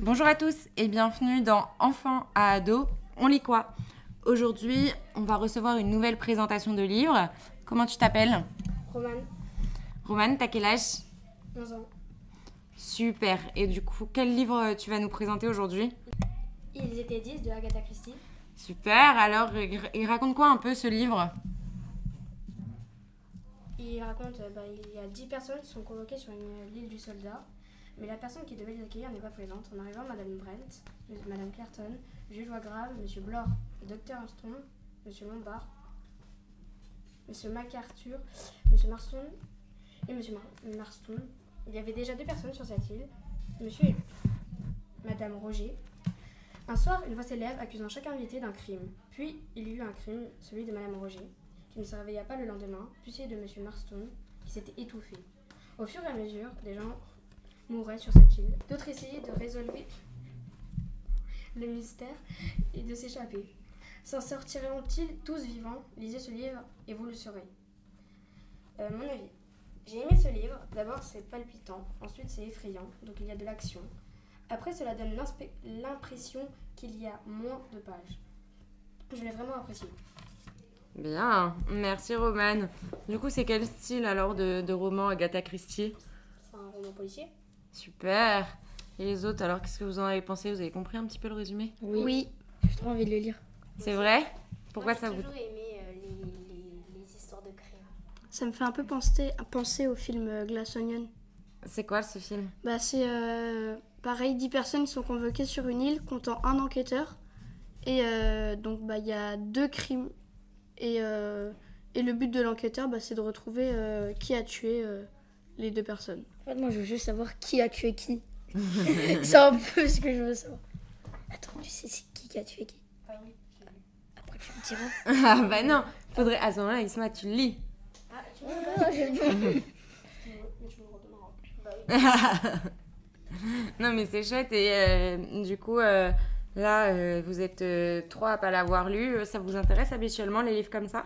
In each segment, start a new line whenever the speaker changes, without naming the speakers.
Bonjour à tous et bienvenue dans Enfants à ados, on lit quoi Aujourd'hui, on va recevoir une nouvelle présentation de livre. Comment tu t'appelles
Roman,
Romane, t'as quel âge
11 ans.
Super. Et du coup, quel livre euh, tu vas nous présenter aujourd'hui
Ils étaient 10 de Agatha Christie.
Super. Alors, il il raconte quoi un peu ce livre
Il raconte euh, bah, il y a 10 personnes qui sont convoquées sur une- euh, l'île du soldat, mais la personne qui devait les accueillir n'est pas présente. En arrivant, Madame Brent, M- Madame Clairton, Jules Grave, Monsieur Blore, le Docteur Armstrong, Monsieur Lombard, Monsieur MacArthur, Monsieur Marston et Monsieur Mar- Marston. Il y avait déjà deux personnes sur cette île, Monsieur et Madame Roger. Un soir, une voix s'élève accusant chaque invité d'un crime. Puis, il y eut un crime, celui de Madame Roger qui ne se réveilla pas le lendemain, puis celui de M. Marston, qui s'était étouffé. Au fur et à mesure, des gens mouraient sur cette île. D'autres essayaient de résolver le mystère et de s'échapper. S'en sortiront-ils tous vivants Lisez ce livre et vous le saurez. Euh, mon avis. J'ai aimé ce livre. D'abord, c'est palpitant. Ensuite, c'est effrayant. Donc, il y a de l'action. Après, cela donne l'inspe- l'impression qu'il y a moins de pages. Je l'ai vraiment apprécié.
Bien. Merci, Romane. Du coup, c'est quel style alors de, de roman Agatha Christie
C'est un roman policier.
Super. Et les autres, alors, qu'est-ce que vous en avez pensé Vous avez compris un petit peu le résumé
Oui. J'ai trop envie de le lire.
C'est vrai Pourquoi ça vous...
J'ai toujours aimé euh, les, les- les histoires de crime.
Ça me fait un peu penser, penser au film euh, Glass Onion.
C'est quoi ce film
Bah, c'est euh, pareil, 10 personnes sont convoquées sur une île comptant un enquêteur. Et euh, donc, bah, il y a deux crimes. Et, euh, et le but de l'enquêteur, bah, c'est de retrouver euh, qui a tué euh, les deux personnes.
En fait, moi, je veux juste savoir qui a tué qui. c'est un peu ce que je veux savoir. Attends, tu sais c'est qui qui a tué qui Après, tu me diras.
Ah bah non Faudrait... À ce moment-là, Isma, tu le lis.
Ah, tu
Non, non, je-
Mais je me redemande.
Bah
Bah. Non, mais c'est chouette. Et euh, du coup, euh, là, euh, vous êtes euh, trois à pas l'avoir lu. Euh, Ça vous intéresse habituellement, les livres comme ça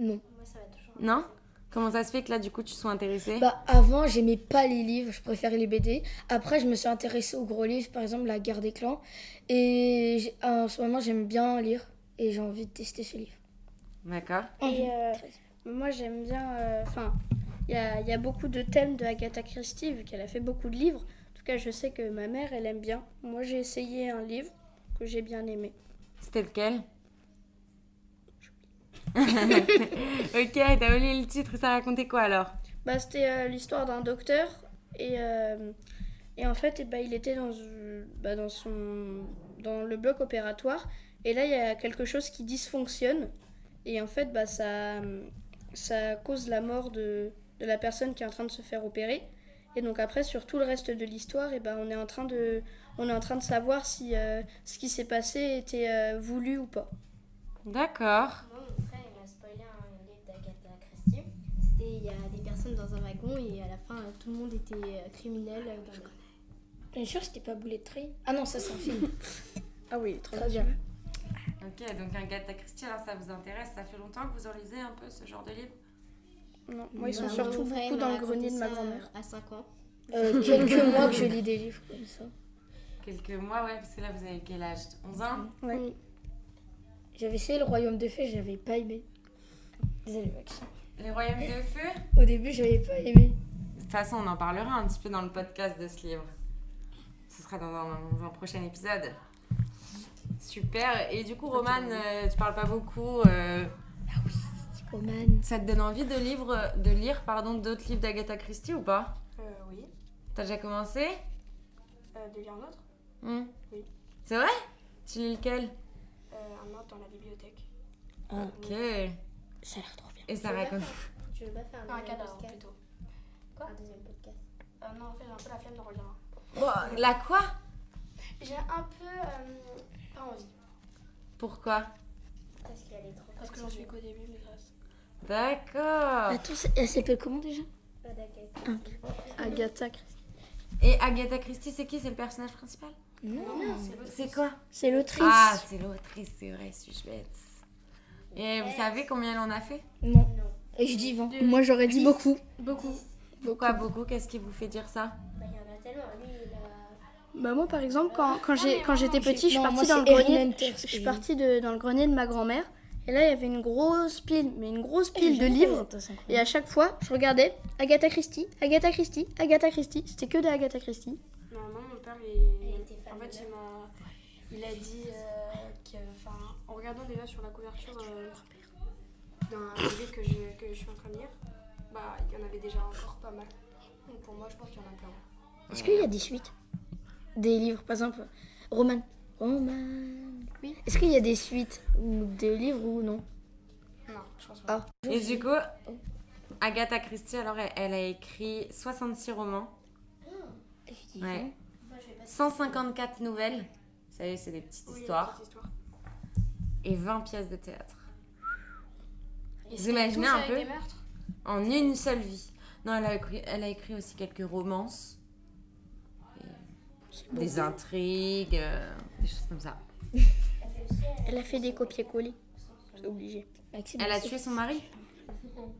Non.
Moi, ça m'a toujours.
Non Comment ça se fait que là, du coup, tu sois intéressée
Bah, avant, j'aimais pas les livres, je préférais les BD. Après, je me suis intéressée aux gros livres, par exemple La guerre des clans. Et j'ai- en ce moment, j'aime bien lire et j'ai envie de tester ce livre.
D'accord.
Et euh, moi j'aime bien. euh, Enfin, il y a, il y a beaucoup de thèmes de Agatha Christie, vu qu'elle a fait beaucoup de livres. En tout cas, je sais que ma mère, elle aime bien. Moi j'ai essayé un livre que j'ai bien aimé.
C'était lequel Ok, t'as oublié le titre. Ça racontait quoi alors
Bah, c'était euh, l'histoire d'un docteur. Et, euh, et en fait, eh ben, il était dans, euh, bah, dans, son, dans le bloc opératoire. Et là, il y a quelque chose qui dysfonctionne. Et en fait, bah, ça, ça cause la mort de, de la personne qui est en train de se faire opérer. Et donc après, sur tout le reste de l'histoire, eh ben, on, est en train de, on est en train de savoir si euh, ce qui s'est passé était euh, voulu ou pas.
D'accord.
Moi, mon frère, il m'a spoilé un livre d'Agatha Christie. C'était il y a des personnes dans un wagon et à la fin, euh, tout le monde était euh, criminel. euh, dans le-
Bien sûr, c'était pas Boulet de Tri. Ah non, ça, c'est un film.
Ah oui, trop
Très bien.
Ok, donc Agatha Christie, alors ça vous intéresse Ça fait longtemps que vous en lisez un peu ce genre de livre
Non, moi, ils sont
Bah,
surtout
mon frère, il
beaucoup
m'a
dans le
raconté
grenier de ma
ça, euh,
grand-mère.
À 5 ans.
Euh, quelques mois que je lis des livres comme ça.
Quelques mois, ouais, parce que là, vous avez quel âge 11 ans
Ouais.
J'avais essayé le royaume des fées, j'avais pas aimé. Désolé, Max.
Les Royaumes de Feu
Au début, j'avais pas aimé.
Eh. De toute façon, on en parlera un petit peu dans le podcast de ce livre. Ce sera dans un, dans un prochain épisode. Super. Et du coup, Romane, euh, tu parles pas beaucoup. euh,
Roman.
ça te donne envie de, livre, de lire pardon, d'autres livres d'Agatha Christie ou pas
Euh, oui.
T'as déjà commencé
Euh, de lire un autre
Hmm.
Oui.
C'est vrai Tu lis lequel
Euh, Un autre dans la bibliothèque. Euh,
Ok.
Ça a l'air trop bien.
Et ça
Tu veux
raconte.
pas faire- Tu veux pas faire
Enfin, un
un deuxième
cadavre
podcast
plutôt.
Un Ah, deuxième podcast.
Euh, non, en fait, j'ai un peu la flemme de relire un.
Oh, la quoi
J'ai un peu. euh, pas envie.
Pourquoi
Parce qu'elle est trop
Parce que j'en suis qu'au début, mais grâce.
D'accord.
Ah, Attends, c'est- elle s'appelle comment déjà
fatiguée.
Agatha Christie.
Et Agatha Christie, c'est qui C'est le personnage principal
Non.
C'est quoi
C'est l'autrice.
Ah, c'est l'autrice, c'est vrai, suis-je bête. Et vous savez combien elle en a fait
Non. Et je dis 20.
Euh, Moi j'aurais dit beaucoup.
Beaucoup. Pourquoi beaucoup Qu'est-ce qui vous fait dire ça
Bah, il y en a tellement. Lui, il a.
Bah moi par exemple quand, quand j'ai quand j'étais petit, je suis
Non, moi,
partie dans le
c'est Erin
grenier.
Hunter,
Je suis
Erin.
partie de- dans le grenier de ma grand-mère et là il y avait une grosse pile, mais une grosse pile de livres. Et à chaque fois, je regardais Agatha Christie, Agatha Christie, Agatha Christie. C'était que de Agatha Christie.
Non, moi, mon père,
Elle
il...
était fan
en fait,
de
il m'a... Il a dit euh, que, enfin, en regardant déjà sur la couverture euh, d'un livre que je, que je suis en train de lire, bah, il y en avait déjà encore pas mal. Donc pour moi, je pense qu'il y en a plein.
Est-ce qu'il y a des suites Des livres, par exemple, Roman. Roman. Oui. Est-ce qu'il y a des suites ou des livres ou non
Non, je pense pas.
Ah.
Et du coup, Agatha Christie, alors elle, elle a écrit 66 romans, ouais, 154 nouvelles, vous savez, c'est des petites
Oui, il y a une
histoires,
petite histoire.
et 20 pièces de théâtre.
Et
Vous
c'était
imaginez
tous
un
avec
peu
des meurtres
En une seule vie. Non, elle a écrit, elle a écrit aussi quelques romances, et des intrigues, euh, des choses comme ça.
Elle a fait des copier-coller. C'est obligé.
Maxime,
Elle a
est-ce-
tué son mari Non,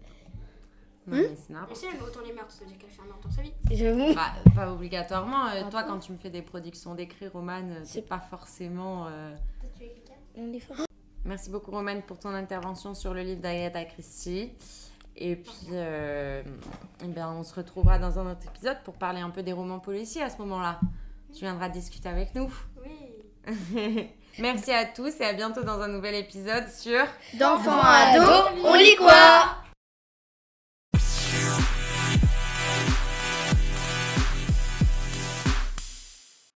mais c'est n'importe
Mais si elle aime autant les meurtres, c'est-à-dire qu'elle fait un meurtre dans sa vie.
J'avoue.
Bah, pas obligatoirement. Euh, toi, quand tu me fais des productions d'écrit, Romane, euh, c'est pas forcément. euh,
T'as tué quelqu'un
On est fort.
Merci beaucoup, Romane, pour ton intervention sur le livre d'Agatha Christie. Et puis, euh, eh ben, on se retrouvera dans un autre épisode pour parler un peu des romans policiers à ce moment-là. Tu viendras discuter avec nous.
Oui.
Merci à tous et à bientôt dans un nouvel épisode sur.
D'enfant à ado,
on lit quoi